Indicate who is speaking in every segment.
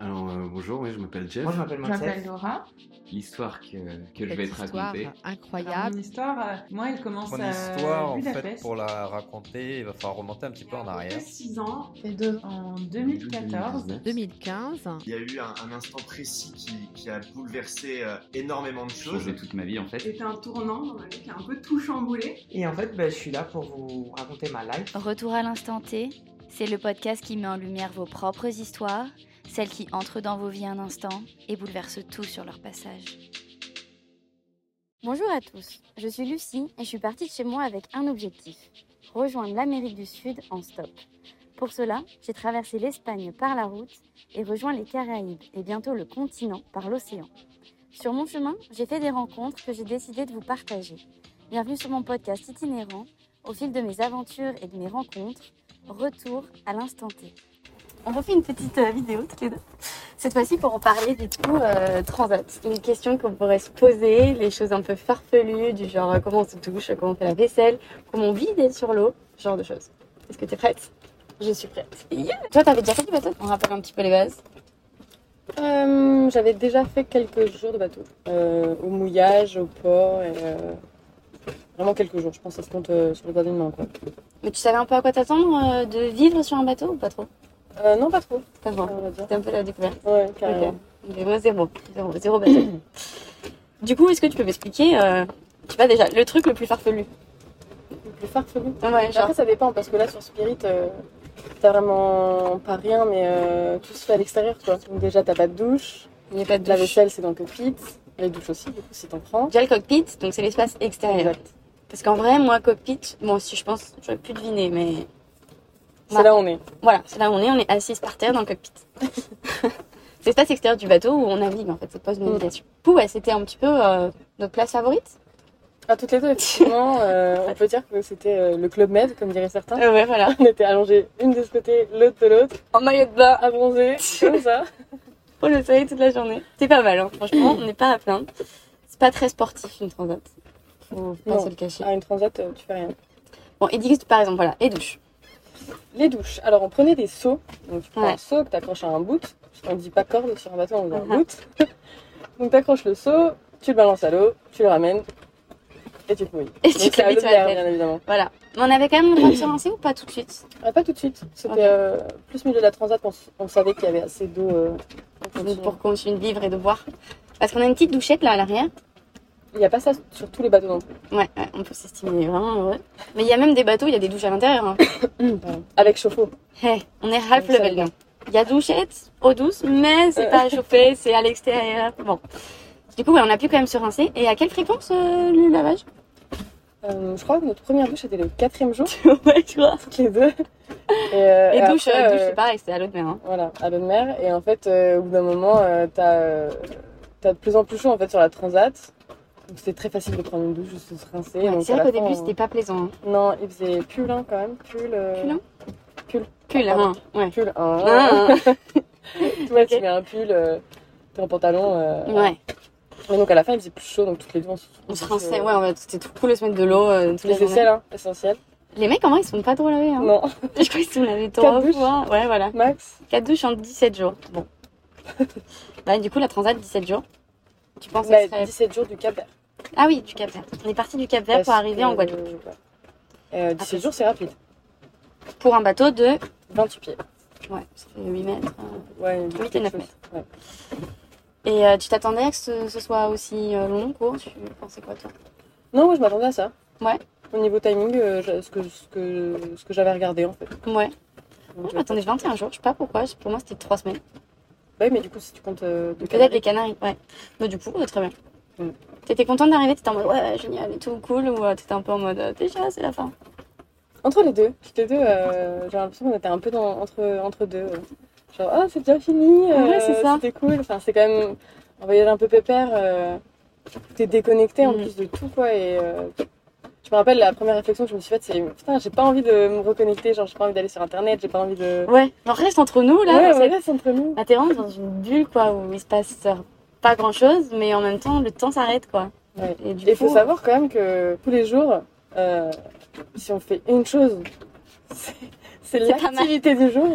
Speaker 1: euh, Bonjour, oui, je m'appelle Jeff.
Speaker 2: Moi, je m'appelle
Speaker 3: Je m'appelle
Speaker 2: Mathieu.
Speaker 3: Laura.
Speaker 1: L'histoire que, que je
Speaker 4: Cette
Speaker 1: vais te
Speaker 4: histoire
Speaker 1: raconter.
Speaker 4: incroyable.
Speaker 3: Mon histoire, euh, moi, elle commence
Speaker 5: Ton
Speaker 3: à
Speaker 5: histoire, en fait,
Speaker 3: Budapest.
Speaker 5: pour la raconter, il va falloir remonter un petit peu en
Speaker 3: J'ai
Speaker 5: arrière.
Speaker 3: 6 ans et deux en 2014.
Speaker 4: 2015,
Speaker 6: Il y a eu un, un instant précis qui, qui a bouleversé euh, énormément de choses.
Speaker 1: Changer toute ma vie en fait.
Speaker 7: C'était un tournant dans ma vie qui a un peu tout chamboulé.
Speaker 2: Et en fait, ben, je suis là pour vous raconter ma life.
Speaker 8: Retour à l'instant T, c'est le podcast qui met en lumière vos propres histoires, celles qui entrent dans vos vies un instant et bouleversent tout sur leur passage.
Speaker 9: Bonjour à tous, je suis Lucie et je suis partie de chez moi avec un objectif, rejoindre l'Amérique du Sud en stop. Pour cela, j'ai traversé l'Espagne par la route et rejoint les Caraïbes et bientôt le continent par l'océan. Sur mon chemin, j'ai fait des rencontres que j'ai décidé de vous partager. Bienvenue sur mon podcast itinérant, au fil de mes aventures et de mes rencontres, retour à l'instant T. On refait une petite euh, vidéo toutes les deux. Cette fois-ci pour en parler du tout euh, transat. Une question qu'on pourrait se poser, les choses un peu farfelues, du genre euh, comment on se touche, comment on fait la vaisselle, comment on vit d'être sur l'eau, ce genre de choses. Est-ce que t'es prête Je suis prête. Yeah Toi, t'avais déjà fait du bateau Euh, On rappelle un petit peu les bases.
Speaker 10: J'avais déjà fait quelques jours de bateau, Euh, au mouillage, au port, et, euh, vraiment quelques jours. Je pense que ça se compte euh, sur le doigt d'une main. Quoi.
Speaker 9: Mais tu savais un peu à quoi t'attendre euh, de vivre sur un bateau ou pas trop
Speaker 10: Euh, non, pas trop.
Speaker 9: Pas trop.
Speaker 10: On va dire.
Speaker 9: C'était un peu la découverte.
Speaker 10: Ouais,
Speaker 9: Ok.
Speaker 10: carrément.
Speaker 9: Mais moi, zéro. Zéro, zéro bateau. du coup, est-ce que tu peux m'expliquer, euh, tu vois déjà, le truc le plus farfelu
Speaker 10: Le plus farfelu.
Speaker 9: Ouais, genre.
Speaker 10: Après, ça dépend parce que là, sur Spirit, euh, t'as vraiment pas rien, mais euh, tout se fait à l'extérieur. quoi. Donc, déjà, t'as pas de douche.
Speaker 9: Il n'y a pas de
Speaker 10: La
Speaker 9: douche.
Speaker 10: vaisselle, c'est dans le cockpit. Les douches aussi, du coup, si t'en prends.
Speaker 9: Déjà le cockpit, donc c'est l'espace extérieur.
Speaker 10: Exact.
Speaker 9: Parce qu'en vrai, moi, cockpit, bon, si je pense, j'aurais pu deviner, mais
Speaker 10: C'est là où on est.
Speaker 9: voilà, c'est là où on est, on est assis par terre dans le cockpit. c'est l'espace extérieur du bateau où on navigue, en fait, cette poste de navigation.
Speaker 10: Mm.
Speaker 9: Du coup, ouais, c'était un petit peu euh, notre place favorite.
Speaker 10: À Ah, toutes les deux, effectivement, euh, on peut dire que c'était euh, le Club Med, comme diraient certains.
Speaker 9: Ah ouais, voilà.
Speaker 10: On était allongés une de ce côté, l'autre de l'autre,
Speaker 9: En maillot de bain,
Speaker 10: à bronzer, comme ça.
Speaker 9: pour le soleil toute la journée. C'est pas mal, hein. franchement, on n'est pas à plaindre. C'est pas très sportif, une transat. Faut pas
Speaker 10: Non.
Speaker 9: se le cacher.
Speaker 10: À une transat, euh, tu fais rien.
Speaker 9: Bon, et dis, par exemple, voilà, et douche.
Speaker 10: Les douches. Alors, on prenait des seaux. Donc, tu prends
Speaker 9: Ouais.
Speaker 10: un seau que t'accroches à un bout. On dit pas corde sur un bateau, on dit un
Speaker 9: Mhm.
Speaker 10: bout. Donc, t'accroches le seau, tu le balances à l'eau, tu le ramènes et tu te mouilles.
Speaker 9: Et
Speaker 10: Donc,
Speaker 9: tu
Speaker 10: c'est
Speaker 9: te
Speaker 10: à
Speaker 9: mets
Speaker 10: l'eau
Speaker 9: sur la
Speaker 10: derrière,
Speaker 9: tête.
Speaker 10: bien évidemment.
Speaker 9: Voilà. Mais on avait quand même le droit de se rincer ou pas tout de suite
Speaker 10: Ah, pas tout de suite. C'était
Speaker 9: Ok.
Speaker 10: euh, plus milieu de la transat, on, s- on savait qu'il y avait assez d'eau. euh, pour
Speaker 9: pour,
Speaker 10: continuer.
Speaker 9: pour qu'on continue de vivre et de boire. Parce qu'on a une petite douchette là à l'arrière.
Speaker 10: Il n'y a pas ça sur tous les bateaux non plus.
Speaker 9: Ouais, ouais, on peut s'estimer vraiment heureux. Mais il y a même des bateaux, il y a des douches à l'intérieur. hein.
Speaker 10: Pardon. euh, Avec chauffe-eau.
Speaker 9: Hey, on est half
Speaker 10: Donc, ça
Speaker 9: level
Speaker 10: va.
Speaker 9: nous. Il y a douchette, eau douce, mais c'est
Speaker 10: Euh.
Speaker 9: pas à chauffer, c'est à l'extérieur. Bon. Du coup, ouais, on a pu quand même se rincer. Et à quelle fréquence euh, le lavage
Speaker 10: Euh, je crois que notre première douche était le quatrième jour,
Speaker 9: Ouais, tu vois.
Speaker 10: toutes les deux. Et, euh,
Speaker 9: Les
Speaker 10: et
Speaker 9: douches,
Speaker 10: après,
Speaker 9: euh, douches,
Speaker 10: euh,
Speaker 9: c'est pareil, c'est à l'eau de mer. hein.
Speaker 10: Voilà, à l'eau de mer. Et en fait, euh, au bout d'un moment, euh, t'as euh, t'as de plus en plus chaud en fait sur la transat. Donc c'était très facile de prendre une douche, juste de se rincer.
Speaker 9: Ouais,
Speaker 10: Donc,
Speaker 9: c'est
Speaker 10: à
Speaker 9: vrai
Speaker 10: la
Speaker 9: qu'au début,
Speaker 10: fin,
Speaker 9: c'était pas plaisant. hein.
Speaker 10: on- Non, il faisait pull hein, quand même. Pull. euh,
Speaker 9: Pull, hein
Speaker 10: Pull,
Speaker 9: Pull,
Speaker 10: Ah,
Speaker 9: hein, ouais.
Speaker 10: Pull. hein.
Speaker 9: Ah,
Speaker 10: Ouais, tu
Speaker 9: ok.
Speaker 10: mets un pull, euh, t'es en pantalon. euh,
Speaker 9: ah, ouais,
Speaker 10: Mais donc à la fin, il faisait plus chaud, donc toutes les deux, on se,
Speaker 9: on se
Speaker 10: douchait,
Speaker 9: rinçait.
Speaker 10: euh,
Speaker 9: Ouais, on va- c'était tout cool de se mettre de l'eau euh, tous les
Speaker 10: Les
Speaker 9: jours.
Speaker 10: aisselles, hein, essentiel.
Speaker 9: Les mecs, en vrai, ils sont pas trop lavés. Hein.
Speaker 10: Non,
Speaker 9: Je crois qu'ils sont lavés
Speaker 10: Quatre
Speaker 9: trois
Speaker 10: douches.
Speaker 9: fois. Ouais, voilà.
Speaker 10: Max.
Speaker 9: 4 douches en 17 jours. Bon. bah, du coup, la transat, 17 jours. Tu penses que
Speaker 10: Bah,
Speaker 9: ce serait...
Speaker 10: 17 jours du Cap Vert.
Speaker 9: Ah oui, du Cap Vert. On est parti du Cap Vert
Speaker 10: Parce
Speaker 9: pour arriver en
Speaker 10: que-
Speaker 9: Guadeloupe.
Speaker 10: ouais. Euh, 17 jours, c'est rapide.
Speaker 9: Pour un bateau de...
Speaker 10: 28 pieds.
Speaker 9: Ouais, ça fait 8 mètres. euh.
Speaker 10: Ouais,
Speaker 9: et
Speaker 10: quelque
Speaker 9: neuf
Speaker 10: chose.
Speaker 9: mètres.
Speaker 10: Ouais.
Speaker 9: Et euh, tu t'attendais à que ce, ce soit aussi euh, long, court Tu pensais quoi, toi
Speaker 10: Non, moi je m'attendais à ça.
Speaker 9: Ouais.
Speaker 10: Au niveau timing, euh, je- ce que, ce que, ce que j'avais regardé en fait.
Speaker 9: Ouais.
Speaker 10: Donc,
Speaker 9: Moi, je
Speaker 10: euh,
Speaker 9: m'attendais 21 jours. Je sais pas pourquoi. Je- Pour moi, c'était 3 semaines.
Speaker 10: ouais, mais du coup, si tu comptes euh, de
Speaker 9: Peut-être
Speaker 10: Canaries,
Speaker 9: les Canaries, ouais. Mais du coup, euh, très bien.
Speaker 10: Mm.
Speaker 9: T'étais contente d'arriver T'étais en mode, ouais, ouais, génial et tout, cool Ou euh, t'étais un peu en mode, euh, déjà, c'est la fin
Speaker 10: Entre les deux, toutes les deux, euh, j'ai l'impression qu'on était un peu dans, entre, entre deux. euh. Genre, oh, c'est déjà fini, euh,
Speaker 9: Ouais, c'est ça.
Speaker 10: c'était cool. Enfin, c'est quand même un voyage un peu pépère. euh, T'es déconnecté en
Speaker 9: Mm.
Speaker 10: plus de tout, quoi. Et euh, je me rappelle, la première réflexion que je me suis faite, c'est putain, j'ai pas envie de me reconnecter. Genre, j'ai pas envie d'aller sur internet, j'ai pas envie de.
Speaker 9: Ouais, genre reste entre nous, là,
Speaker 10: ouais,
Speaker 9: dans
Speaker 10: ouais,
Speaker 9: cette
Speaker 10: reste entre nous.
Speaker 9: Bah, t'es vraiment dans une bulle quoi où il se passe euh, pas grand chose mais en même temps le temps s'arrête quoi.
Speaker 10: Ouais.
Speaker 9: Et du
Speaker 10: Et il
Speaker 9: coup,
Speaker 10: faut savoir quand même que tous les jours, euh, si on fait une chose, c'est- c'est
Speaker 9: C'est pas mal.
Speaker 10: l'activité du jour.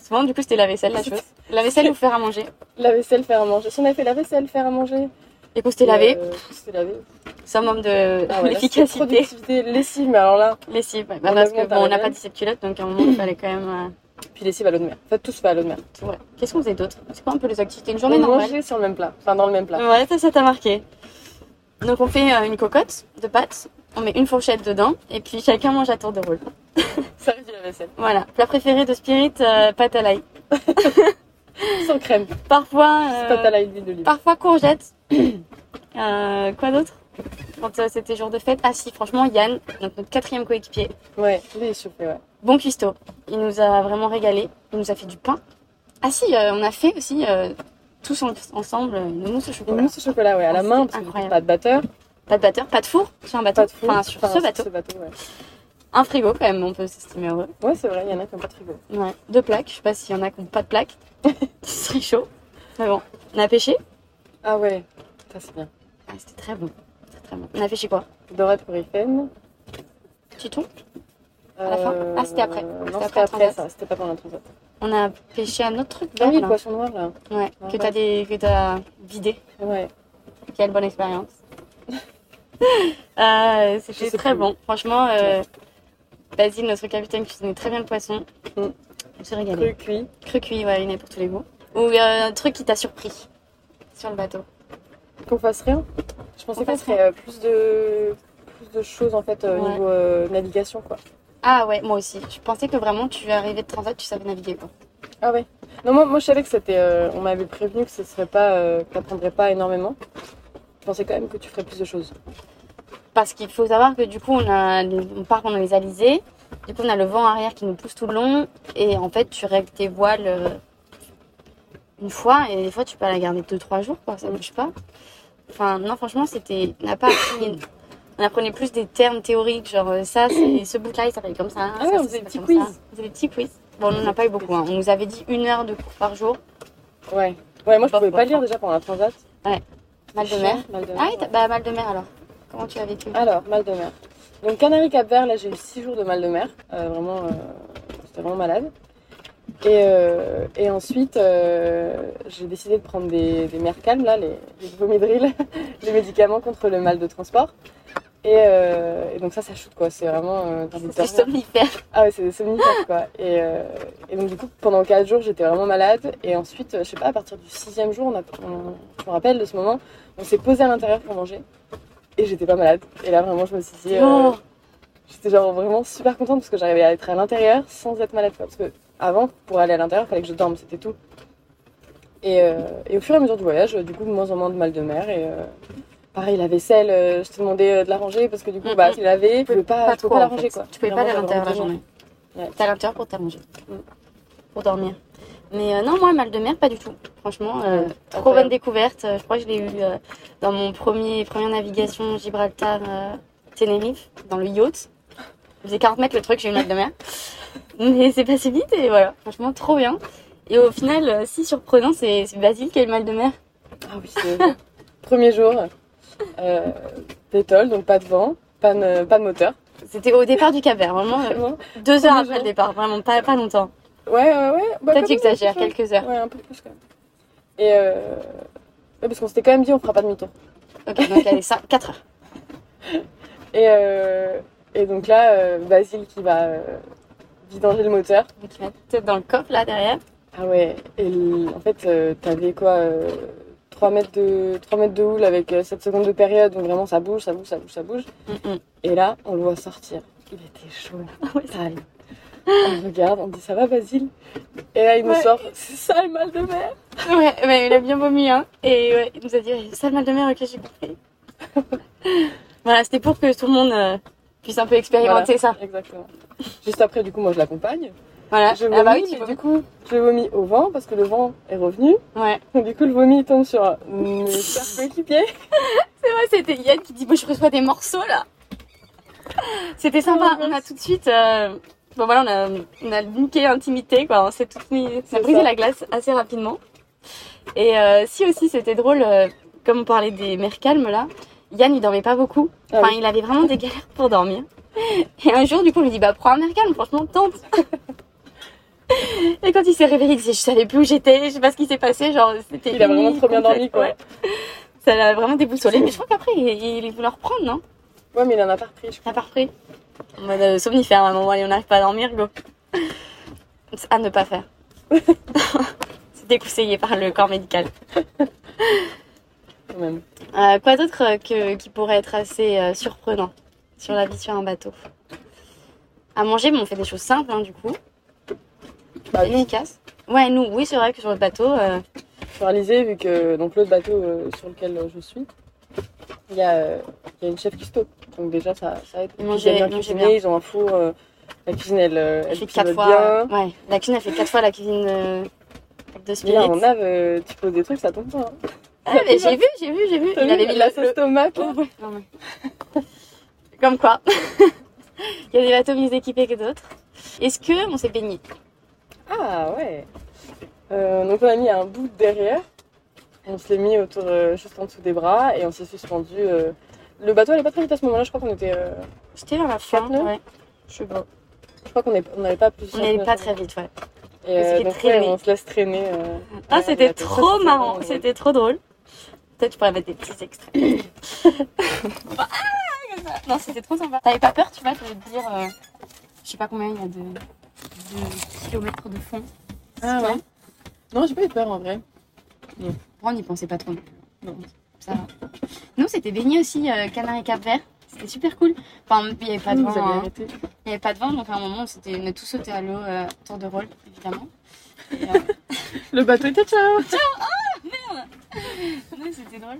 Speaker 9: Souvent, du coup, c'était la vaisselle, la chose. La vaisselle ou faire à manger.
Speaker 10: La vaisselle, faire à manger. Si on avait fait la vaisselle, faire à manger.
Speaker 9: Et qu'on s'était lavé,
Speaker 10: Euh, C'était lavé.
Speaker 9: summum de
Speaker 10: Ah ouais, là, c'était
Speaker 9: l'efficacité.
Speaker 10: Productivité, lessive, mais alors là.
Speaker 9: Lessive, ouais. Bah,
Speaker 10: On
Speaker 9: parce que
Speaker 10: augmente
Speaker 9: bon,
Speaker 10: la
Speaker 9: on n'a
Speaker 10: moyenne.
Speaker 9: pas 17 culottes, donc à un moment, il fallait quand même. euh,
Speaker 10: Puis lessive à l'eau de mer. En fait, tout se fait à l'eau de mer.
Speaker 9: tout, ouais. Qu'est-ce qu'on faisait d'autre C'est quoi un peu les activités Une
Speaker 10: On
Speaker 9: journée normale
Speaker 10: mangeait sur le même plat. Enfin, dans le même plat.
Speaker 9: Ouais, ça, ça t'a marqué. Donc, on fait euh, une cocotte de pâtes, on met une fourchette dedans, et puis chacun mange à tour de rôle.
Speaker 10: Ça réduit la vaisselle.
Speaker 9: Voilà, plat préféré de Spirit, euh, pâte à l'ail.
Speaker 10: Sans crème.
Speaker 9: Parfois, euh,
Speaker 10: Pâte à l'ail d'huile d'olive.
Speaker 9: parfois courgettes. Euh, quoi d'autre Quand euh, c'était jour de fête Ah si, franchement, Yann, donc notre quatrième coéquipier,
Speaker 10: Ouais, il est chauffé, ouais.
Speaker 9: bon cuistot. Il nous a vraiment régalé. Il nous a fait du pain. Ah si, euh, on a fait aussi euh, tous en- ensemble euh, une mousse au
Speaker 10: Une
Speaker 9: chocolat.
Speaker 10: mousse au chocolat, ouais, à la
Speaker 9: Ah,
Speaker 10: main,
Speaker 9: c'est
Speaker 10: parce que
Speaker 9: incroyable.
Speaker 10: pas de batteur,
Speaker 9: Pas de batteur, pas de four sur un bateau.
Speaker 10: pas de four.
Speaker 9: Enfin, sur ce bateau.
Speaker 10: ouais.
Speaker 9: Un frigo quand même, on peut s'estimer heureux.
Speaker 10: Ouais, c'est vrai, il y en a qui n'ont pas de frigo.
Speaker 9: Ouais. Deux plaques, je sais pas s'il y en a qui n'ont pas de plaques. Ce serait chaud. Mais bon, on a pêché.
Speaker 10: Ah ouais, ça c'est bien.
Speaker 9: Ah, c'était très bon. Très, très bon. On a pêché quoi
Speaker 10: Dorade pour Eiffen.
Speaker 9: Tuton la fin Ah, c'était après.
Speaker 10: euh, Non,
Speaker 9: C'était
Speaker 10: c'était
Speaker 9: après le
Speaker 10: après
Speaker 9: transat. Ah,
Speaker 10: ça, c'était pas pendant le transat.
Speaker 9: On a pêché un autre truc
Speaker 10: Ah
Speaker 9: vert
Speaker 10: oui, le
Speaker 9: là.
Speaker 10: poisson noir là.
Speaker 9: Ouais,
Speaker 10: Ouais,
Speaker 9: que
Speaker 10: ouais.
Speaker 9: t'as des, que t'as vidé.
Speaker 10: Ouais.
Speaker 9: Quelle bonne expérience. Euh,
Speaker 10: Je
Speaker 9: c'était
Speaker 10: sais
Speaker 9: très
Speaker 10: plus.
Speaker 9: bon. Franchement, euh, Basile, notre capitaine, cuisinait très bien le poisson.
Speaker 10: Mm.
Speaker 9: On s'est régalé.
Speaker 10: Cru cuit.
Speaker 9: Cru cuit, ouais, il y en a pour tous les goûts. Ou euh, un truc qui t'a surpris sur le bateau.
Speaker 10: Qu'on fasse rien. Je pensais
Speaker 9: Qu'on
Speaker 10: qu'on
Speaker 9: fasse
Speaker 10: ferait euh, plus de plus de choses en fait euh,
Speaker 9: Ouais.
Speaker 10: niveau euh, navigation quoi.
Speaker 9: Ah ouais, moi aussi. Je pensais que vraiment tu arrivais de transat, tu savais naviguer quoi.
Speaker 10: Ah ouais. Non moi, moi je savais que c'était euh, on m'avait prévenu que ce serait pas euh, que t'apprendrais pas énormément. Je pensais quand même que tu ferais plus de choses.
Speaker 9: Parce qu'il faut savoir que du coup, on, a, on part dans les alizés. Du coup, on a le vent arrière qui nous pousse tout le long. Et en fait, tu règles tes voiles euh, une fois. Et des fois, tu peux la garder deux, trois jours, quoi. Ça
Speaker 10: Mm.
Speaker 9: bouge pas. Enfin, non, franchement, c'était. On n'a pas appris. On apprenait plus des termes théoriques, genre euh, ça, c'est ce bout-là, il s'appelle comme ça.
Speaker 10: Ah
Speaker 9: ça,
Speaker 10: ouais, on
Speaker 9: ça
Speaker 10: faisait
Speaker 9: s'appelle
Speaker 10: des petits
Speaker 9: comme
Speaker 10: quiz.
Speaker 9: ça. On faisait des petits quiz. Bon, on n'en a pas eu beaucoup. hein. On nous avait dit une heure de cours par jour,
Speaker 10: Ouais. Ouais, moi je
Speaker 9: Bon,
Speaker 10: pouvais
Speaker 9: bon,
Speaker 10: pas lire
Speaker 9: bon.
Speaker 10: déjà pendant la transat.
Speaker 9: mal de
Speaker 10: Chiant, Ah,
Speaker 9: mer.
Speaker 10: Mal de mer.
Speaker 9: Ah oui, t'as- bah, mal de mer alors. Comment tu as vécu
Speaker 10: Alors, mal de mer. Donc, Canary Cap Vert, là, j'ai eu 6 jours de mal de mer. Euh, vraiment, euh, j'étais vraiment malade. Et, euh, et ensuite, euh, j'ai décidé de prendre des, des mers calmes, là, les, les Vomédril, les médicaments contre le mal de transport. Et, euh, et donc, ça, ça shoot, quoi. C'est vraiment. Euh, t'as envie de
Speaker 9: C'est
Speaker 10: dormir.
Speaker 9: somnifère.
Speaker 10: Ah ouais, c'est des somnifères quoi. Et, euh, et donc du coup, pendant 4 jours, j'étais vraiment malade. Et ensuite, euh, je sais pas, à partir du sixième jour, on a, on- je me rappelle de ce moment, on s'est posé à l'intérieur pour manger. Et j'étais pas malade. Et là, vraiment, je me suis dit, euh,
Speaker 9: Oh.
Speaker 10: j'étais genre vraiment super contente parce que j'arrivais à être à l'intérieur sans être malade. quoi. Parce que avant, pour aller à l'intérieur, fallait que je dorme, c'était tout. Et, euh, et au fur et à mesure du voyage, euh, du coup, de moins en moins de mal de mer. Et euh, pareil, la vaisselle, euh, je t'ai demandé euh, de la ranger parce que du coup,
Speaker 9: Mm,
Speaker 10: bah,
Speaker 9: mm.
Speaker 10: tu l'avais, tu pouvais pas,
Speaker 9: trop,
Speaker 10: tu pouvais pas la
Speaker 9: en fait.
Speaker 10: ranger quoi.
Speaker 9: Tu pouvais pas aller à
Speaker 10: Vraiment,
Speaker 9: l'intérieur la
Speaker 10: j'avais envie
Speaker 9: journée.
Speaker 10: de dormir.
Speaker 9: T'es à l'intérieur pour t'arranger.
Speaker 10: Mm.
Speaker 9: Pour dormir. Mais euh, non, moi, mal de mer, pas du tout. Franchement, euh,
Speaker 10: Ouais,
Speaker 9: trop
Speaker 10: incroyable.
Speaker 9: bonne découverte. Euh, Je crois que je l'ai eu euh, dans mon premier première navigation Gibraltar-Tenerife, dans le yacht. Il faisait 40 mètres le truc, j'ai eu mal de mer. Mais c'est passé vite et voilà, franchement, trop bien. Et au final, euh, si surprenant, c'est c'est Basile qui a eu le mal de mer.
Speaker 10: Ah oui, c'est premier jour. Euh, pétole, donc pas de vent, pas de, pas de moteur.
Speaker 9: C'était au départ du Cap Vert, vraiment euh,
Speaker 10: Vraiment.
Speaker 9: deux heures
Speaker 10: Premier
Speaker 9: après
Speaker 10: jour.
Speaker 9: le départ, vraiment pas, pas longtemps.
Speaker 10: Ouais, ouais, ouais. Bah,
Speaker 9: Peut-être
Speaker 10: quand
Speaker 9: tu
Speaker 10: même,
Speaker 9: exagères,
Speaker 10: un peu
Speaker 9: quelques heures.
Speaker 10: plus. Ah. Ouais, un peu plus quand même. Et euh... ouais, parce qu'on s'était quand même dit on fera pas demi-tour.
Speaker 9: Ok, donc allez, 4 heures.
Speaker 10: Et, euh... et donc là, euh, Basile qui va euh, vidanger le moteur.
Speaker 9: Donc il va être dans le coffre là derrière.
Speaker 10: Ah ouais, et l- en fait, euh, t'avais quoi euh, 3 mètres de 3 mètres de houle avec euh, 7 secondes de période, donc vraiment ça bouge, ça bouge, ça bouge, ça bouge.
Speaker 9: Mm,
Speaker 10: Et là, on le voit sortir. Il était chaud. Sale. On regarde, on dit ça va Basile Et là il nous
Speaker 9: Ouais.
Speaker 10: sort, c'est ça le mal de mer
Speaker 9: Ouais, mais il a bien vomi, hein. Et ouais, il nous a dit, ouais, sale mal de mer, ok, j'ai compris. voilà, c'était pour que tout le monde euh, puisse un peu expérimenter ça.
Speaker 10: Exactement. Juste après du coup moi je l'accompagne.
Speaker 9: Voilà,
Speaker 10: Je
Speaker 9: Ah bah oui,
Speaker 10: vomis,
Speaker 9: tu
Speaker 10: mais
Speaker 9: vomis.
Speaker 10: du coup je vomis au vent parce que le vent est revenu.
Speaker 9: Ouais.
Speaker 10: Donc du coup le vomi tombe sur euh, mes chers coéquipiers.
Speaker 9: Ouais, c'était Yann qui dit, moi je reçois des morceaux là. c'était sympa,
Speaker 10: Oh,
Speaker 9: on a tout de suite. euh, Bon voilà, on a, on a niqué l'intimité, quoi. On s'est tout mis. On a
Speaker 10: C'est
Speaker 9: brisé
Speaker 10: ça.
Speaker 9: la glace assez rapidement. Et euh, si aussi, c'était drôle, euh, comme on parlait des mers calmes là, Yann il dormait pas beaucoup.
Speaker 10: Ah
Speaker 9: Enfin,
Speaker 10: oui.
Speaker 9: il avait vraiment des galères pour dormir. Et un jour, du coup, je lui dis, bah, prends un air calme, franchement, tente. Et quand il s'est réveillé, il disait Je savais plus où j'étais, je sais pas ce qui s'est passé. Genre, c'était.
Speaker 10: Il a vraiment
Speaker 9: lui,
Speaker 10: trop bien
Speaker 9: complète,
Speaker 10: dormi, quoi.
Speaker 9: ouais. Ça l'a vraiment déboussolé. Mais je crois qu'après, il, il voulait reprendre, non
Speaker 10: Ouais, mais il en a pas repris, je
Speaker 9: T'as
Speaker 10: crois.
Speaker 9: pas repris En mode euh, somnifère à un moment, et on n'arrive pas à dormir, go. C'est à ne pas faire. C'est déconseillé par le corps médical.
Speaker 10: Quand même.
Speaker 9: Euh, quoi d'autre euh, que- qui pourrait être assez euh, surprenant sur la vie sur un bateau À manger, bon, on fait des choses simples, hein, du coup.
Speaker 10: Bah,
Speaker 9: Et efficaces. Ouais, nous, oui, c'est vrai que sur le bateau, euh,
Speaker 10: Je suis réalisée, vu que donc l'autre bateau euh, sur lequel euh, je suis, il y, a, euh, il y a une chef custo. Donc déjà, ça, ça aide.
Speaker 9: Ils
Speaker 10: Ils
Speaker 9: mangent
Speaker 10: aiment
Speaker 9: bien,
Speaker 10: bien
Speaker 9: ils mangent
Speaker 10: cuisiner,
Speaker 9: bien.
Speaker 10: ils ont un four. euh, la cuisine, elle, euh,
Speaker 9: elle
Speaker 10: elle
Speaker 9: fait
Speaker 10: pivote
Speaker 9: quatre fois.
Speaker 10: bien.
Speaker 9: Ouais, la cuisine, elle fait quatre fois la cuisine euh, de
Speaker 10: Mais
Speaker 9: Spirit.
Speaker 10: là, en nave, euh, tu poses des trucs, ça tombe pas. hein.
Speaker 9: Ah, mais j'ai vu, j'ai vu, j'ai vu.
Speaker 10: T'as
Speaker 9: Il
Speaker 10: vu,
Speaker 9: avait mis
Speaker 10: la
Speaker 9: la
Speaker 10: sauce tomate. là
Speaker 9: Comme quoi. Il y a des bateaux mieux équipés que d'autres. Est-ce que on s'est baigné
Speaker 10: Ah ouais. Euh, donc on a mis un bout derrière. On se l'est mis autour, euh, juste en dessous des bras, et on s'est suspendu. euh. Le bateau allait pas très vite à ce moment-là. Je crois qu'on était, euh,
Speaker 9: J'étais vers la fin,
Speaker 10: Quatre nœuds
Speaker 9: ouais. Je sais pas.
Speaker 10: je crois qu'on est- on n'avait pas plus. de
Speaker 9: On
Speaker 10: chance,
Speaker 9: n'allait
Speaker 10: mais-
Speaker 9: pas très vite, ouais.
Speaker 10: Et euh,
Speaker 9: s'est fait
Speaker 10: donc ouais,
Speaker 9: traîner.
Speaker 10: on se laisse traîner. euh,
Speaker 9: Ah,
Speaker 10: Ouais,
Speaker 9: c'était
Speaker 10: on a fait ça,
Speaker 9: trop
Speaker 10: c'était vraiment
Speaker 9: marrant,
Speaker 10: drôle.
Speaker 9: c'était trop drôle. Peut-être tu pourrais mettre des petits extraits. Ah, comme ça. non, c'était trop sympa. T'avais pas peur, tu vois, de te dire, euh, je sais pas combien il y a de, de kilomètres de fond.
Speaker 10: Ah ouais.
Speaker 9: Ouais.
Speaker 10: Non, j'ai pas eu peur en vrai.
Speaker 9: On n'y pensait pas trop.
Speaker 10: Non.
Speaker 9: Ça va. Nous, c'était baigné aussi, euh, Canary Cap Vert. C'était super cool. Enfin, il n'y avait pas de
Speaker 10: Vous
Speaker 9: vent.
Speaker 10: avez
Speaker 9: hein.
Speaker 10: arrêté.
Speaker 9: Il n'y avait pas de vent, donc à un moment, c'était on a tous sauté à l'eau, euh, tour de rôle, évidemment. Et, euh,
Speaker 10: Le bateau était ciao.
Speaker 9: Ouais, c'était drôle.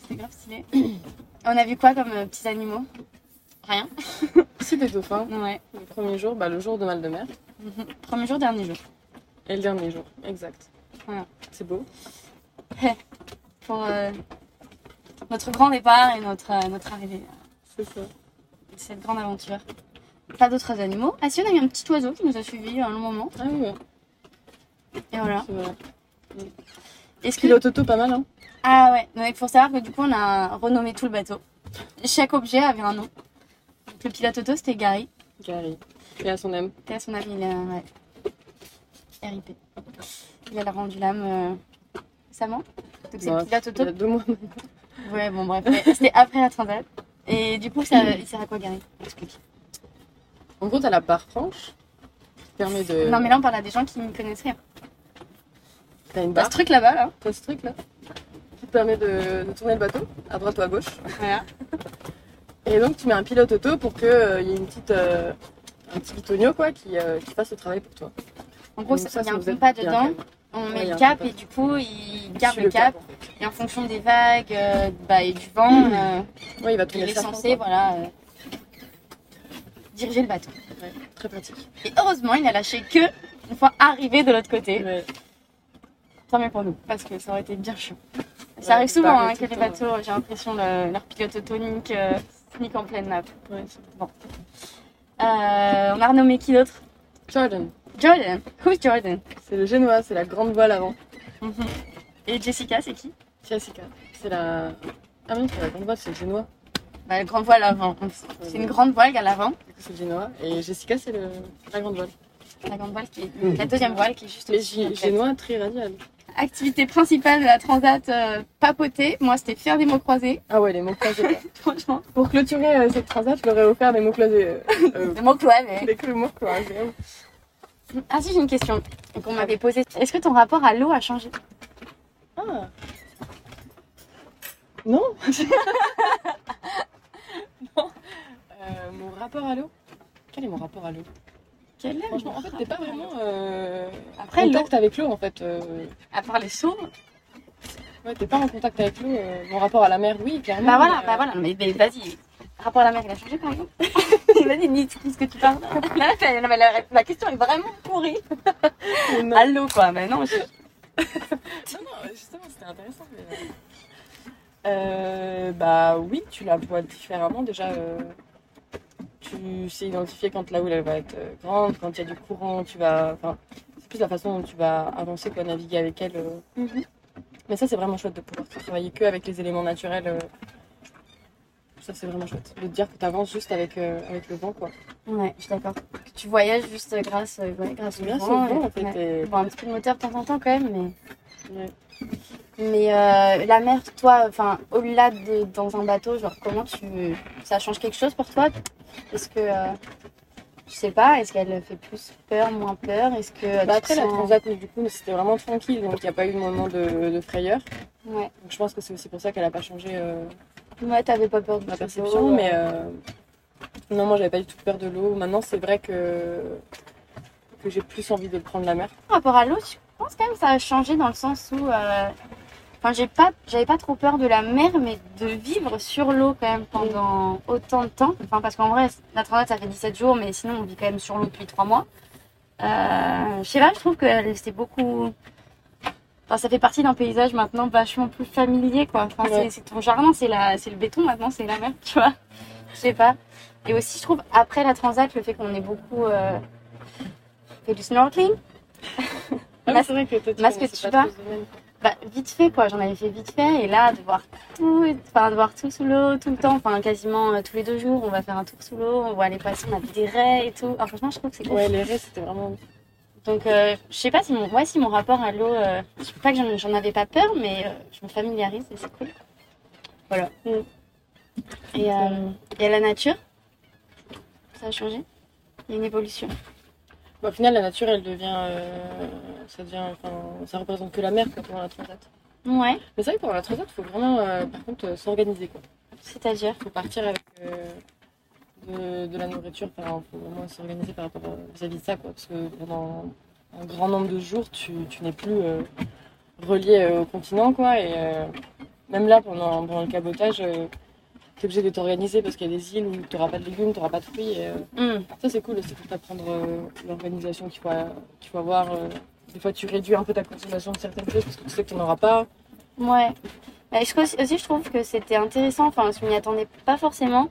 Speaker 9: C'était grave stylé. On a vu quoi comme euh, petits animaux Rien.
Speaker 10: C'est des dauphins.
Speaker 9: Ouais.
Speaker 10: Le premier jour, bah, le jour de mal de mer,
Speaker 9: Premier jour, dernier jour.
Speaker 10: et le dernier jour, exact.
Speaker 9: Voilà.
Speaker 10: C'est beau.
Speaker 9: Pour euh, notre grand départ et notre, euh, notre arrivée.
Speaker 10: C'est ça.
Speaker 9: Cette grande aventure. Pas d'autres animaux. Ah si, on a eu un petit oiseau qui nous a suivis à un long moment.
Speaker 10: Ah oui, ouais.
Speaker 9: Et voilà.
Speaker 10: c'est vrai.
Speaker 9: Est-ce que...
Speaker 10: Pilote auto, pas mal, hein.
Speaker 9: Ah ouais, mais il faut savoir que du coup, on a renommé tout le bateau. Chaque objet avait un nom. Donc, le pilote auto, c'était Gary.
Speaker 10: Gary. Et à son âme.
Speaker 9: T'es à son ami, il est, euh, ouais. RIP. Il a rendu l'âme euh, récemment. Donc c'est
Speaker 10: Ouais,
Speaker 9: le pilote
Speaker 10: Bah, Il y a
Speaker 9: auto.
Speaker 10: deux mois.
Speaker 9: Ouais, bon, bref. mais C'était après la transat. Et du coup, ça, il sert à quoi, Gary Explique.
Speaker 10: En gros, t'as la barre franche qui permet de.
Speaker 9: Non, mais là, on parle à des gens qui ne connaissent rien.
Speaker 10: T'as une
Speaker 9: T'as
Speaker 10: barre,
Speaker 9: ce truc là-bas, là.
Speaker 10: t'as Bah, ce truc là qui te permet de, de tourner le bateau à droite ou à gauche.
Speaker 9: Voilà.
Speaker 10: Et donc, tu mets un pilote auto pour qu'il y ait une petite, euh, un petit bitonio quoi qui, euh, qui fasse le travail pour toi.
Speaker 9: En gros,
Speaker 10: Donc
Speaker 9: c'est
Speaker 10: ça,
Speaker 9: il y a
Speaker 10: ça
Speaker 9: un
Speaker 10: nous aide
Speaker 9: compas
Speaker 10: bien,
Speaker 9: dedans.
Speaker 10: quand même.
Speaker 9: On
Speaker 10: Ouais,
Speaker 9: met
Speaker 10: il y a
Speaker 9: le
Speaker 10: un
Speaker 9: cap
Speaker 10: compas.
Speaker 9: et du coup, il
Speaker 10: Tu
Speaker 9: garde
Speaker 10: suis
Speaker 9: le cap.
Speaker 10: en fait.
Speaker 9: Et en fonction des vagues euh, bah, et du vent, euh,
Speaker 10: Ouais, il va
Speaker 9: il
Speaker 10: tourner
Speaker 9: est
Speaker 10: ça.
Speaker 9: censé, voilà. euh, diriger le bateau.
Speaker 10: Très pratique.
Speaker 9: Et heureusement, il n'a lâché que une fois arrivé de l'autre côté.
Speaker 10: Ouais.
Speaker 9: Tant mieux pour nous, parce que ça aurait été bien chiant. Ça
Speaker 10: Ouais,
Speaker 9: arrive souvent
Speaker 10: pareil,
Speaker 9: hein,
Speaker 10: tout
Speaker 9: que
Speaker 10: le
Speaker 9: les
Speaker 10: temps,
Speaker 9: bateaux, j'ai l'impression, le- leur pilote autonique euh, sneak en pleine nappe.
Speaker 10: Ouais.
Speaker 9: Euh, on a renommé qui d'autre
Speaker 10: Jordan,
Speaker 9: Jordan. Who's Jordan
Speaker 10: c'est le génois, c'est la grande voile avant.
Speaker 9: Et Jessica, c'est qui
Speaker 10: Jessica, c'est la. Ah non, c'est la grande voile, c'est le génois.
Speaker 9: bah, Grande voile avant. C'est une grande voile à l'avant.
Speaker 10: Du coup, c'est le génois. Et Jessica, c'est le... la grande voile.
Speaker 9: La grande voile qui est la deuxième voile qui est juste
Speaker 10: Mais
Speaker 9: au-dessus, en
Speaker 10: gé-
Speaker 9: fait.
Speaker 10: génois, très radial.
Speaker 9: Activité principale de la transat euh, papoter. Moi, c'était faire des mots croisés.
Speaker 10: Ah ouais, les mots croisés. là.
Speaker 9: Franchement,
Speaker 10: Pour clôturer euh, cette transat, je leur ai offert des mots croisés. euh, euh,
Speaker 9: des mots croisés.
Speaker 10: Dès que le mot croisé.
Speaker 9: Ah si, j'ai une question qu'on m'avait posée. Est-ce que ton rapport à l'eau a changé
Speaker 10: Ah Non Non Euh, Mon rapport à l'eau Quel est mon rapport à l'eau
Speaker 9: Quel est
Speaker 10: Franchement, en fait, t'es pas vraiment euh, en
Speaker 9: Après, l'eau,
Speaker 10: contact avec l'eau en fait. euh,
Speaker 9: à part les sauts.
Speaker 10: ouais, t'es pas en contact avec l'eau. euh, mon rapport à la mer, oui, clairement.
Speaker 9: Bah voilà,
Speaker 10: mais,
Speaker 9: bah
Speaker 10: euh,
Speaker 9: voilà, mais, mais vas-y. Rapport à la mer, il a changé par exemple Vas-y, dis ce que tu parles. Là, t'as- non, mais la, la question est vraiment pourrie.
Speaker 10: mais Oh non.
Speaker 9: À l'eau, quoi, mais non. je-
Speaker 10: Non, non, Ah justement, c'était intéressant. mais, euh, euh, bah oui, tu la vois différemment déjà. euh, tu sais identifier quand la houle elle va être euh, grande, quand il y a du courant, tu vas. Enfin, c'est plus la façon dont tu vas avancer, quoi, naviguer avec elle. euh. Mais ça, c'est vraiment chouette de pouvoir travailler que avec les éléments naturels. euh. ça c'est vraiment chouette. De te dire que t'avances juste avec, euh, avec le vent, quoi.
Speaker 9: Ouais, je suis d'accord. Que Tu voyages juste grâce, euh, ouais, grâce au
Speaker 10: Grâce au
Speaker 9: vent.
Speaker 10: vent,
Speaker 9: et-
Speaker 10: en fait,
Speaker 9: ouais.
Speaker 10: et-
Speaker 9: Bon, un petit peu de moteur de temps en temps quand même, mais.
Speaker 10: Ouais.
Speaker 9: Mais euh, la mer, toi, enfin, au-delà de dans un bateau, genre comment tu, ça change quelque chose pour toi Est-ce que, euh, je sais pas, est-ce qu'elle fait plus peur, moins peur Est-ce que euh,
Speaker 10: Bah,
Speaker 9: tu
Speaker 10: après,
Speaker 9: te
Speaker 10: la
Speaker 9: sens-
Speaker 10: transat, nous, du coup, c'était vraiment tranquille, donc il n'y a pas eu de moment de, de frayeur.
Speaker 9: Ouais.
Speaker 10: Donc, je pense que c'est aussi pour ça qu'elle a pas changé euh,
Speaker 9: Ouais, t'avais pas peur du
Speaker 10: ma
Speaker 9: tout,
Speaker 10: perception,
Speaker 9: euh,
Speaker 10: mais euh, non, moi j'avais pas du tout peur de l'eau. Maintenant, c'est vrai que, que j'ai plus envie de prendre la mer.
Speaker 9: Par rapport à l'eau, je pense quand même que ça a changé dans le sens où. euh, Enfin, j'ai pas, j'avais pas trop peur de la mer, mais de vivre sur l'eau quand même pendant autant de temps. Enfin, parce qu'en vrai, la transat, ça fait 17 jours, mais sinon, on vit quand même sur l'eau depuis 3 mois. Euh, je sais pas, je trouve que c'est beaucoup. Enfin, ça fait partie d'un paysage maintenant vachement plus familier, quoi. Enfin, c'est-
Speaker 10: Ouais.
Speaker 9: c'est ton jardin, c'est la, c'est le béton maintenant, c'est la mer, tu vois. Je sais pas. Et aussi, je trouve, après la transat, le fait qu'on ait beaucoup euh, fait du snorkeling.
Speaker 10: Ah oui,
Speaker 9: Mas-
Speaker 10: c'est vrai que toi, tu
Speaker 9: masque
Speaker 10: connaissais
Speaker 9: tu
Speaker 10: pas
Speaker 9: vas.
Speaker 10: trop ce domaine.
Speaker 9: bah, vite fait quoi, j'en avais fait vite fait et là de voir tout, et- enfin de voir tout sous l'eau tout le temps, enfin quasiment euh, tous les deux jours on va faire un tour sous l'eau, on voit les poissons, on a vu des raies et tout. Ah, franchement je trouve que c'est ouf.
Speaker 10: Ouais, les raies, c'était vraiment.
Speaker 9: Donc euh, je sais pas si mon, ouais, si mon rapport à l'eau, euh, je sais pas que j'en- j'en avais pas peur mais euh, je me familiarise et c'est cool. Voilà. Et, euh, et à la nature, ça a changé. Il y a une évolution.
Speaker 10: Bah, au final, la nature, elle devient. euh, ça devient. Enfin, ça représente que la mer, quoi, pendant la transat.
Speaker 9: Ouais,
Speaker 10: Mais c'est vrai que pendant la transat, il faut vraiment, euh, par contre, euh, s'organiser, quoi.
Speaker 9: c'est-à-dire.
Speaker 10: faut partir avec euh, de, de la nourriture, il faut vraiment s'organiser par rapport à- vis-à-vis de ça, quoi, parce que pendant un grand nombre de jours, tu, tu n'es plus euh, relié euh, au continent, quoi, et euh, même là, pendant, pendant le cabotage, tu es obligé de t'organiser parce qu'il y a des îles où tu n'auras pas de légumes, tu n'auras pas de fruits, et, euh,
Speaker 9: Hum,
Speaker 10: ça c'est cool aussi pour t'apprendre euh, l'organisation qu'il faut, qu'il faut avoir. euh. des fois, tu réduis un peu ta consommation de certaines choses parce que tu sais que tu n'en auras pas.
Speaker 9: Ouais. Bah, je, aussi, aussi, je trouve que c'était intéressant, enfin, parce qu'on n'y attendait pas forcément,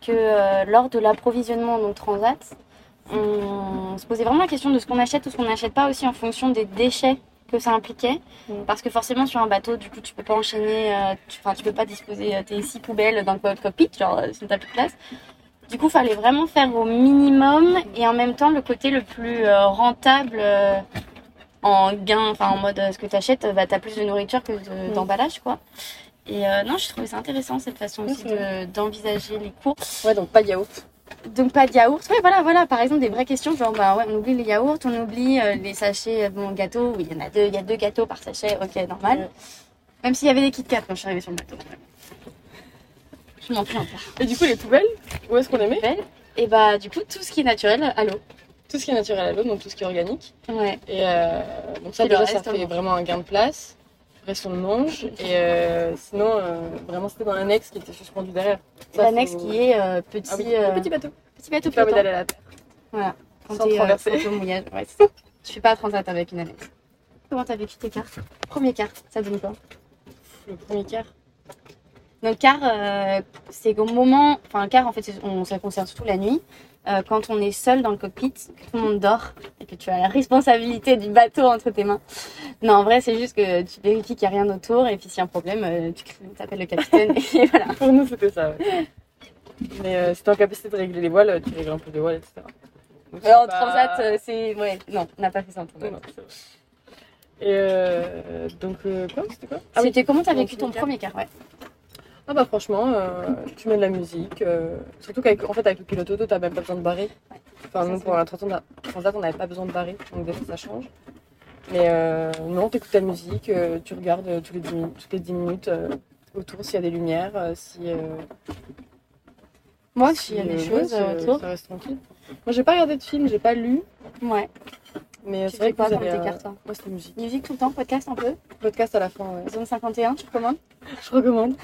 Speaker 9: que euh, lors de l'approvisionnement, donc Transat, on se posait vraiment la question de ce qu'on achète ou ce qu'on n'achète pas aussi en fonction des déchets que ça impliquait.
Speaker 10: Mm.
Speaker 9: Parce que forcément, sur un bateau, du coup, tu peux pas enchaîner, euh, tu, enfin, tu peux pas disposer euh, tes six poubelles dans le co- cockpit, genre, euh, si t'as plus de place. Du coup, fallait vraiment faire au minimum et en même temps le côté le plus euh, rentable euh, en gain, enfin en mode euh, ce que t'achètes, euh, bah t'as plus de nourriture que de-
Speaker 10: Mm.
Speaker 9: d'emballage quoi. Et euh, non, je trouvais ça intéressant cette façon
Speaker 10: Ouais,
Speaker 9: aussi
Speaker 10: c'est
Speaker 9: de- d'envisager les cours.
Speaker 10: Ouais, donc pas de yaourt.
Speaker 9: Donc pas de yaourt. Ouais, voilà, voilà, par exemple des vraies questions genre bah ouais, on oublie les yaourts, on oublie euh, les sachets euh, bon gâteaux où il y en a deux, il y a deux gâteaux par sachet, ok normal.
Speaker 10: Ouais.
Speaker 9: Même s'il y avait des Kit Kat quand je suis arrivée sur le bateau. Je m'en fous un peu.
Speaker 10: Et du coup, les poubelles, où est-ce qu'on les met
Speaker 9: Et bah du coup tout ce qui est naturel à l'eau.
Speaker 10: Tout ce qui est naturel à l'eau, donc tout ce qui est organique.
Speaker 9: Ouais.
Speaker 10: Et euh, donc ça
Speaker 9: Et le
Speaker 10: déjà ça
Speaker 9: reste, hein. on
Speaker 10: fait
Speaker 9: mange.
Speaker 10: vraiment un gain de place. Le reste on le mange et euh, sinon euh, vraiment c'était dans l'annexe qui était suspendu derrière. Ça,
Speaker 9: L'annexe
Speaker 10: faut-
Speaker 9: qui est euh, petit,
Speaker 10: ah oui,
Speaker 9: euh,
Speaker 10: le petit bateau
Speaker 9: petit bateau
Speaker 10: qui permet
Speaker 9: flottant.
Speaker 10: d'aller à la terre.
Speaker 9: Quand
Speaker 10: sans
Speaker 9: t'es, euh,
Speaker 10: traverser.
Speaker 9: quand t'es au mouillage. Ouais, c'est ça. Je fais pas à transat avec une annexe. Comment t'as vécu tes cartes Premier carte, ça donne quoi
Speaker 10: Le premier quart.
Speaker 9: Donc car euh, c'est au moment, enfin car en fait c'est- on, ça concerne surtout la nuit, euh, quand on est seul dans le cockpit, que tout le monde dort et que tu as la responsabilité du bateau entre tes mains. Non en vrai c'est juste que tu vérifies qu'il n'y a rien autour et puis s'il y a un problème euh, tu cries, t'appelles le capitaine et voilà.
Speaker 10: Pour nous c'était ça. ouais. Mais euh, si t'es en capacité de régler les voiles, euh, tu règles un peu les voiles, etc. Donc, c'est
Speaker 9: Alors en
Speaker 10: pas-
Speaker 9: transat euh, c'est ouais non on n'a pas fait ça en transat.
Speaker 10: Bah. Non, c'est vrai. Et euh, donc euh, quoi C'était quoi Ah oui.
Speaker 9: C'était comment t'as
Speaker 10: Mon
Speaker 9: vécu ton premier
Speaker 10: premier
Speaker 9: quart ouais.
Speaker 10: Ah bah franchement, euh, tu mets de la musique. euh, surtout qu'avec en fait, avec le pilote auto, t'as même pas besoin de barrer. Enfin,
Speaker 9: Ça,
Speaker 10: nous,
Speaker 9: c'est
Speaker 10: pour la transat, on a- transat, on n'avait pas besoin de barrer. Donc déjà, ça change. Mais euh, non, t'écoutes la musique, euh, tu regardes euh, tous les 10 minutes, toutes les 10 minutes euh, autour s'il y a des lumières, euh, si... euh,
Speaker 9: Moi aussi il Ah, y a
Speaker 10: si,
Speaker 9: des
Speaker 10: euh,
Speaker 9: choses
Speaker 10: ouais,
Speaker 9: euh,
Speaker 10: si,
Speaker 9: autour.
Speaker 10: Ça reste tranquille. Moi, j'ai pas regardé de film, j'ai pas lu.
Speaker 9: Ouais.
Speaker 10: Mais euh,
Speaker 9: Tu
Speaker 10: c'est
Speaker 9: fais
Speaker 10: vrai que
Speaker 9: quoi
Speaker 10: vous
Speaker 9: comme
Speaker 10: avez...
Speaker 9: tes
Speaker 10: euh,
Speaker 9: cartes toi
Speaker 10: Moi, c'était musique.
Speaker 9: Musique tout le temps, podcast un peu.
Speaker 10: Podcast à la fin, ouais.
Speaker 9: euh, Zone 51, tu recommandes
Speaker 10: Je recommande.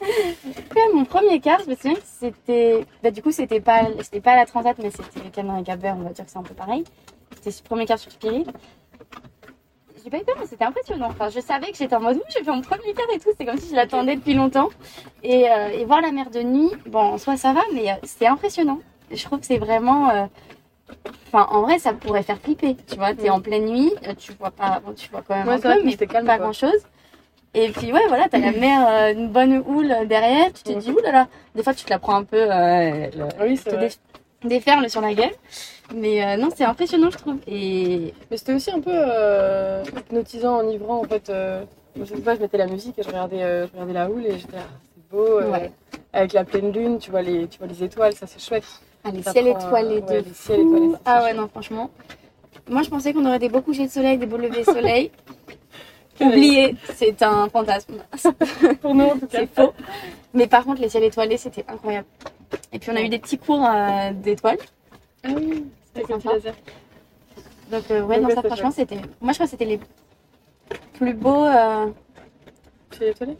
Speaker 9: Après mon premier quart, je me souviens que c'était. Bah, du coup, c'était pas, c'était pas la Transat, mais c'était le Cameroun et Cap Vert, on va dire que c'est un peu pareil. C'était le premier quart sur Spirit. J'ai pas eu peur, mais c'était impressionnant. Enfin, je savais que j'étais en mode, oui, j'ai fait mon premier quart et tout. C'est comme si je l'attendais depuis longtemps. Et, euh, et voir la mer de nuit, bon, en soi, ça va, mais euh, c'était impressionnant. Je trouve que c'est vraiment. euh, Enfin, en vrai, ça pourrait faire flipper. Tu vois, t'es
Speaker 10: Mm.
Speaker 9: en pleine nuit, euh, tu vois pas. bon, tu vois quand même
Speaker 10: Ouais,
Speaker 9: un
Speaker 10: c'est vrai
Speaker 9: peu,
Speaker 10: que
Speaker 9: mais
Speaker 10: c'était calme,
Speaker 9: pas
Speaker 10: quoi.
Speaker 9: grand chose. Et puis ouais, voilà, t'as la mer, euh, une bonne houle derrière. Tu te dis, oulala. Des fois, tu te la prends un peu, euh, le-
Speaker 10: Mhm. Ah Oui,
Speaker 9: te
Speaker 10: c'est vrai.
Speaker 9: dé- déferle sur la gueule. Mais euh, non, c'est impressionnant, je trouve. Et
Speaker 10: Mais c'était aussi un peu euh, hypnotisant, enivrant en fait. Euh, je sais pas, je mettais la musique et je regardais, euh, je regardais la houle et j'étais là, ah, c'est beau. euh,
Speaker 9: Ouais.
Speaker 10: Avec la pleine lune, tu vois les, tu vois les étoiles, ça c'est chouette.
Speaker 9: ah, les
Speaker 10: Ça
Speaker 9: ciels
Speaker 10: prend, euh,
Speaker 9: étoilés
Speaker 10: ouais,
Speaker 9: de
Speaker 10: les ciels étoilés, ça,
Speaker 9: Ah
Speaker 10: c'est
Speaker 9: ouais, non, franchement. Moi, je pensais qu'on aurait des beaux couchers de soleil, des beaux levées de soleil. Oublié, c'est un fantasme.
Speaker 10: Euh, Pour nous en tout cas.
Speaker 9: C'est faux. Mais par contre, les ciels étoilés, c'était incroyable. Et puis, on a eu des petits cours euh, d'étoiles.
Speaker 10: Ah oui, c'est
Speaker 9: C'est
Speaker 10: comme tu
Speaker 9: sympa.
Speaker 10: laser.
Speaker 9: Donc, euh, ouais,
Speaker 10: Donc,
Speaker 9: non,
Speaker 10: ouais,
Speaker 9: ça,
Speaker 10: c'est
Speaker 9: franchement, c'était. Moi, je crois que c'était les plus beaux. euh,
Speaker 10: Ciels étoilés.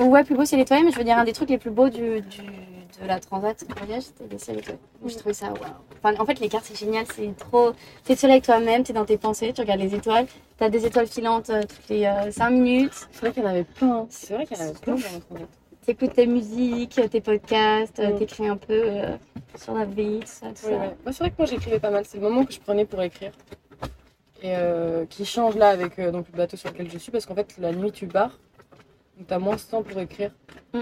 Speaker 9: Ouais, plus beaux ciels étoilés, mais je veux dire, un des trucs les plus beaux du, du- de la Transat voyage, c'était les ciels étoilés. Donc, J'ai trouvé ça waouh. Enfin, en fait, les cartes, c'est génial. C'est trop. T'es seul avec toi-même, t'es dans tes pensées, tu regardes les étoiles. T'as des étoiles filantes euh, toutes les 5 minutes.
Speaker 10: C'est vrai qu'il y en avait plein. C'est vrai qu'il y en avait plein dans notre monde.
Speaker 9: T'écoutes tes musiques, tes podcasts, euh,
Speaker 10: Mm.
Speaker 9: t'écris un peu euh, sur la vie, tout ça, tout ça.
Speaker 10: Oui, ouais. Moi, c'est vrai que moi j'écrivais pas mal. C'est le moment que je prenais pour écrire. Et euh, qui change là avec euh, donc, le bateau sur lequel je suis parce qu'en fait la nuit tu barres. Donc t'as moins de temps pour écrire.
Speaker 9: Mm.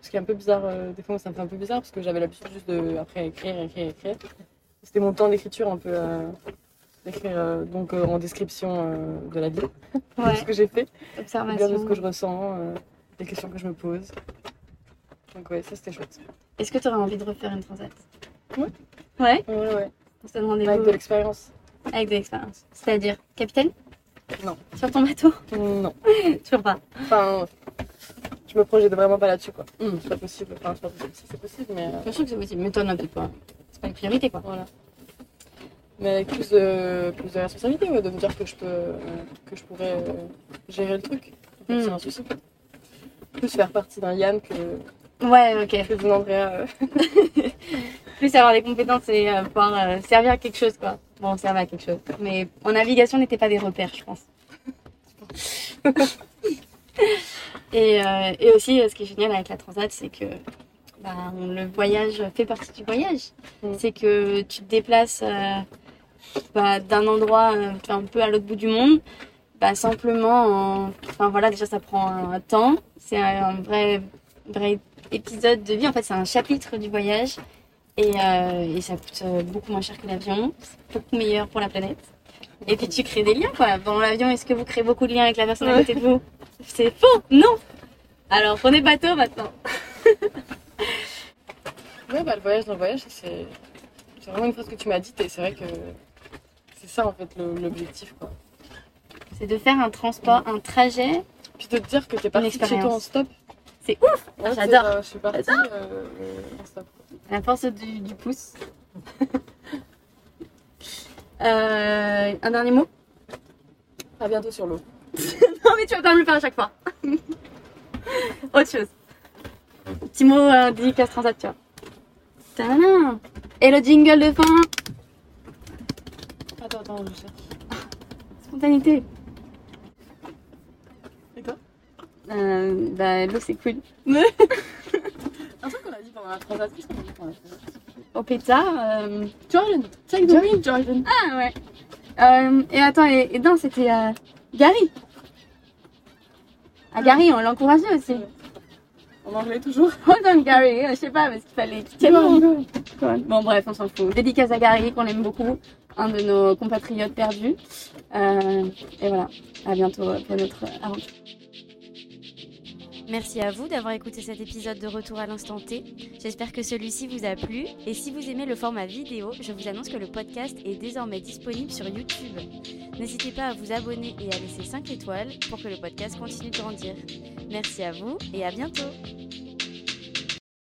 Speaker 10: Ce qui est un peu bizarre. euh, des fois moi, ça me fait un peu bizarre parce que j'avais l'habitude juste de après écrire, écrire, écrire. C'était mon temps d'écriture un peu. euh, d'écrire euh, donc euh, en description euh, de la vie. de ce
Speaker 9: Ouais,
Speaker 10: que j'ai fait. de
Speaker 9: observation.
Speaker 10: ce que je ressens, euh, des questions que je me pose. Donc ouais, ça c'était chouette.
Speaker 9: Est-ce que t'aurais envie de refaire une transat
Speaker 10: Ouais.
Speaker 9: Ouais,
Speaker 10: Ouais, ouais.
Speaker 9: on se donne rendez-vous
Speaker 10: Avec de l'expérience.
Speaker 9: avec de l'expérience. C'est-à-dire, capitaine
Speaker 10: Non.
Speaker 9: Sur ton bateau
Speaker 10: Non.
Speaker 9: Toujours pas.
Speaker 10: Enfin, je me projette vraiment pas là-dessus, quoi. C'est pas possible. Enfin, c'est pas possible. Si, c'est possible, mais euh,
Speaker 9: Mm. Bien sûr que c'est possible, mais toi, non, peut-être pas. C'est pas une priorité, quoi.
Speaker 10: voilà. Mais avec plus de, plus de responsabilité, ouais, de me dire que je peux, euh, que je pourrais euh, gérer le truc. En fait,
Speaker 9: Mm.
Speaker 10: C'est un souci. Plus faire partie d'un Yann que,
Speaker 9: Ouais, ok.
Speaker 10: que d'un Andrea. euh.
Speaker 9: Plus avoir des compétences et euh, pouvoir euh, servir à quelque chose, quoi. Bon, servir à quelque chose. Mais en navigation, on n'était pas des repères, je pense. et, euh, et aussi, euh, ce qui est génial avec la transat, c'est que bah, on- le voyage fait partie du voyage.
Speaker 10: Mm.
Speaker 9: C'est que tu te déplaces euh, bah, d'un endroit euh, un peu à l'autre bout du monde, bah, simplement en- Enfin voilà, déjà ça prend un temps, c'est un vrai, vrai épisode de vie, en fait c'est un chapitre du voyage et, euh, et ça coûte euh, beaucoup moins cher que l'avion, c'est beaucoup meilleur pour la planète. Et puis tu crées des liens quoi. Dans l'avion, est-ce que vous créez beaucoup de liens avec la personne à côté de vous C'est faux, non Alors prenez bateau maintenant.
Speaker 10: Ouais, bah, le voyage dans le voyage, c'est c'est vraiment une phrase que tu m'as dite et c'est vrai que c'est ça en fait le- l'objectif. quoi.
Speaker 9: C'est de faire un transport, un trajet.
Speaker 10: Puis de te dire que t'es parti de chez
Speaker 9: expérience.
Speaker 10: toi en stop.
Speaker 9: C'est
Speaker 10: ouf!
Speaker 9: Ah, j'adore.
Speaker 10: Je suis partie euh, en stop.
Speaker 9: La force du, du pouce. Euh, un dernier mot
Speaker 10: À bientôt sur l'eau.
Speaker 9: Non mais tu vas quand même le faire à chaque fois. Autre chose. Petit mot euh, dédicace transat, tu vois. Tadam Et le jingle de fin,
Speaker 10: Attends, attends, je cherche.
Speaker 9: spontanéité.
Speaker 10: Et toi
Speaker 9: Euh, Bah l'eau c'est cool.
Speaker 10: Un truc qu'on a dit pendant la transat, qu'est-ce qu'on a dit pendant la transat
Speaker 9: Au pétard. euh,
Speaker 10: Jordan! Check the wind, Jordan!
Speaker 9: Ah ouais. Euh, et attends, et, et non, c'était euh, Gary. Ah Gary, on l'encourageait aussi.
Speaker 10: En anglais toujours?
Speaker 9: Hold on Gary, euh, je sais pas, parce qu'il fallait qu'il tienne bon.
Speaker 10: Non,
Speaker 9: Bon bref, on s'en fout. Dédicace à Gary, qu'on aime beaucoup, un de nos compatriotes perdus. Euh, et voilà, à bientôt euh, pour notre aventure.
Speaker 8: Merci à vous d'avoir écouté cet épisode de Retour à l'instant T. J'espère que celui-ci vous a plu et si vous aimez le format vidéo, je vous annonce que le podcast est désormais disponible sur YouTube. N'hésitez pas à vous abonner et à laisser 5 étoiles pour que le podcast continue de grandir. Merci à vous et à bientôt.